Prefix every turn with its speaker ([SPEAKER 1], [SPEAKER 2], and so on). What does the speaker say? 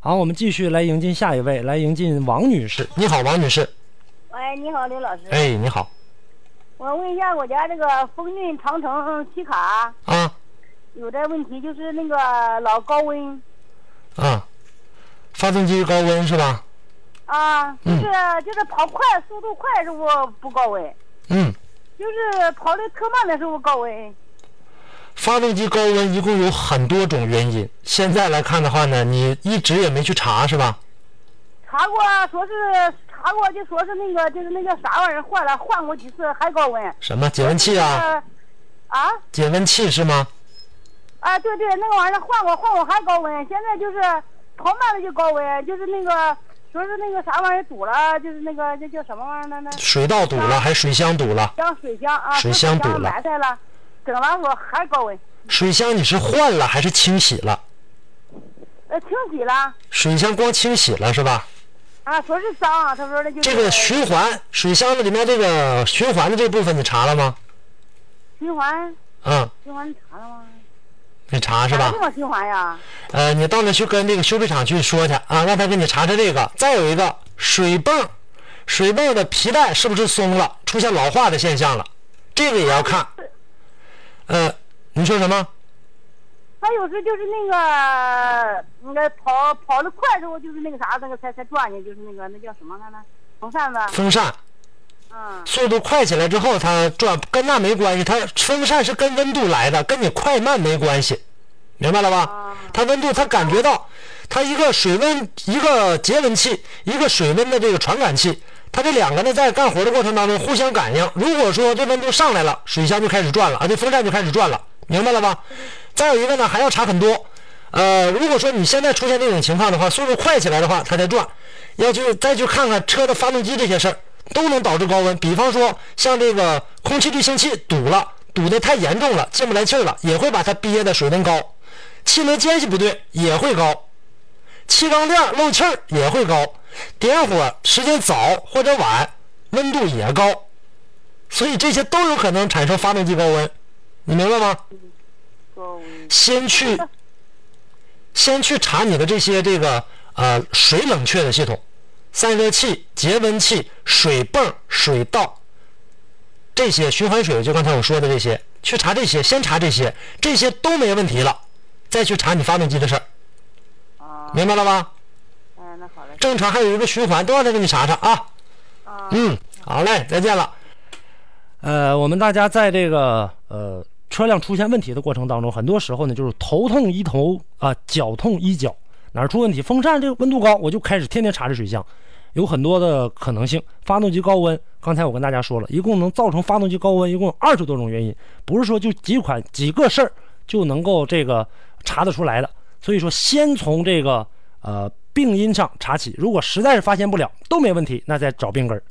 [SPEAKER 1] 好，我们继续来迎进下一位，来迎进王女士。你好，王女士。
[SPEAKER 2] 喂，你好，刘老师。
[SPEAKER 1] 哎，你好。
[SPEAKER 2] 我问一下，我家这个风骏长城皮卡
[SPEAKER 1] 啊
[SPEAKER 2] 有点问题，就是那个老高温
[SPEAKER 1] 啊，发动机高温是吧？
[SPEAKER 2] 啊，
[SPEAKER 1] 嗯
[SPEAKER 2] 就是、就是跑快速度快时候不高温，
[SPEAKER 1] 嗯，
[SPEAKER 2] 就是跑的特慢的时候高温。
[SPEAKER 1] 发动机高温一共有很多种原因。现在来看的话呢，你一直也没去查是吧？
[SPEAKER 2] 查过，说是查过，就说是那个就是那个啥玩意儿坏了，换过几次还高温。
[SPEAKER 1] 什么解温器啊？
[SPEAKER 2] 啊
[SPEAKER 1] 解温器是吗？
[SPEAKER 2] 啊，对对，那个玩意儿换过换过还高温，现在就是跑慢了就高温，就是那个说是那个啥玩意儿堵了，就是那个那叫什么玩意儿那那
[SPEAKER 1] 水道堵了，还水箱堵了？
[SPEAKER 2] 箱水箱啊，
[SPEAKER 1] 水
[SPEAKER 2] 说
[SPEAKER 1] 箱堵了
[SPEAKER 2] 埋汰了，整完我还高温，
[SPEAKER 1] 水箱你是换了还是清洗了？
[SPEAKER 2] 呃，清洗了
[SPEAKER 1] 水箱光清洗了是吧？
[SPEAKER 2] 啊，说是脏啊，他说的就是
[SPEAKER 1] 这个循环水箱里面这个循环的这部分你查了吗？
[SPEAKER 2] 循环
[SPEAKER 1] 嗯，
[SPEAKER 2] 循环查了吗？
[SPEAKER 1] 没查是
[SPEAKER 2] 哪
[SPEAKER 1] 吧
[SPEAKER 2] 地？方循环呀？
[SPEAKER 1] 呃，你到那去跟这个修配厂去说去啊，让他给你查查这个。再有一个水泵，水泵的皮带是不是松了，出现老化的现象了？这个也要看。呃，你说什么？
[SPEAKER 2] 他有时就是那个那个跑跑得快时候，就是那个啥那个才才转去，就是那个那叫什么来着？风扇子，
[SPEAKER 1] 风扇
[SPEAKER 2] 嗯，
[SPEAKER 1] 速度快起来之后，它转跟那没关系，它风扇是跟温度来的，跟你快慢没关系，明白了吧？它温度它感觉到，它一个水温一个节温器，一个水温的这个传感器，它这两个呢在干活的过程当中互相感应。如果说这温度上来了，水箱就开始转了啊，这风扇就开始转了，明白了吧？再有一个呢还要查很多。呃，如果说你现在出现这种情况的话，速度快起来的话，它才转。要去再去看看车的发动机这些事儿，都能导致高温。比方说，像这个空气滤清器堵了，堵得太严重了，进不来气儿了，也会把它憋的水温高。气门间隙不对也会高，气缸垫儿漏气儿也会高。点火时间早或者晚，温度也高，所以这些都有可能产生发动机高温。你明白吗？
[SPEAKER 2] 说
[SPEAKER 1] 先去先去查你的这些这个呃水冷却的系统，散热器、节温器、水泵、水道，这些循环水就刚才我说的这些，去查这些，先查这些，这些都没问题了，再去查你发动机的事儿，
[SPEAKER 2] 啊，
[SPEAKER 1] 明白了吧？
[SPEAKER 2] 哎，那好嘞，
[SPEAKER 1] 正常还有一个循环，都让他给你查查啊。
[SPEAKER 2] 啊，
[SPEAKER 1] 嗯，好嘞，再见了。呃，我们大家在这个呃车辆出现问题的过程当中，很多时候呢就是头痛医头啊、脚痛医脚，哪儿出问题？风扇这个温度高，我就开始天天查这水箱，有很多的可能性。发动机高温，刚才我跟大家说了，一共能造成发动机高温，一共有二十多种原因，不是说就几款几个事儿就能够这个查得出来的。所以说，先从这个呃病因上查起，如果实在是发现不了，都没问题，那再找病根儿。